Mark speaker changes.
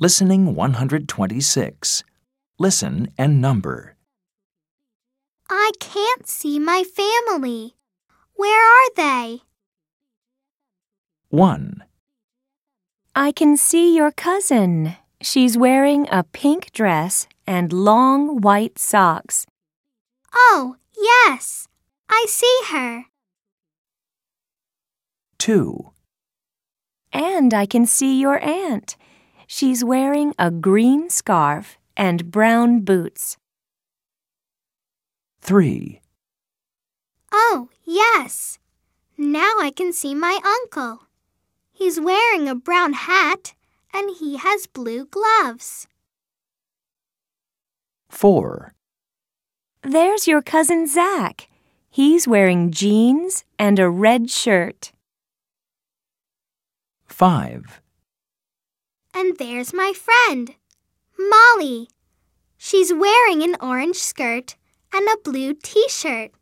Speaker 1: Listening 126. Listen and number.
Speaker 2: I can't see my family. Where are they?
Speaker 1: 1,
Speaker 3: I can see your cousin. She's wearing a pink dress and long white socks.
Speaker 2: Oh, yes. I see her.
Speaker 1: 2,
Speaker 3: And I can see your aunt. She's wearing a green scarf and brown boots.
Speaker 1: 3,
Speaker 2: Oh, yes. Now I can see my uncle. He's wearing a brown hat and he has blue gloves.
Speaker 1: 4,
Speaker 3: There's your cousin Zach. He's wearing jeans and a red shirt.
Speaker 1: 5,
Speaker 2: And there's my friend, Molly. She's wearing an orange skirt and a blue t shirt.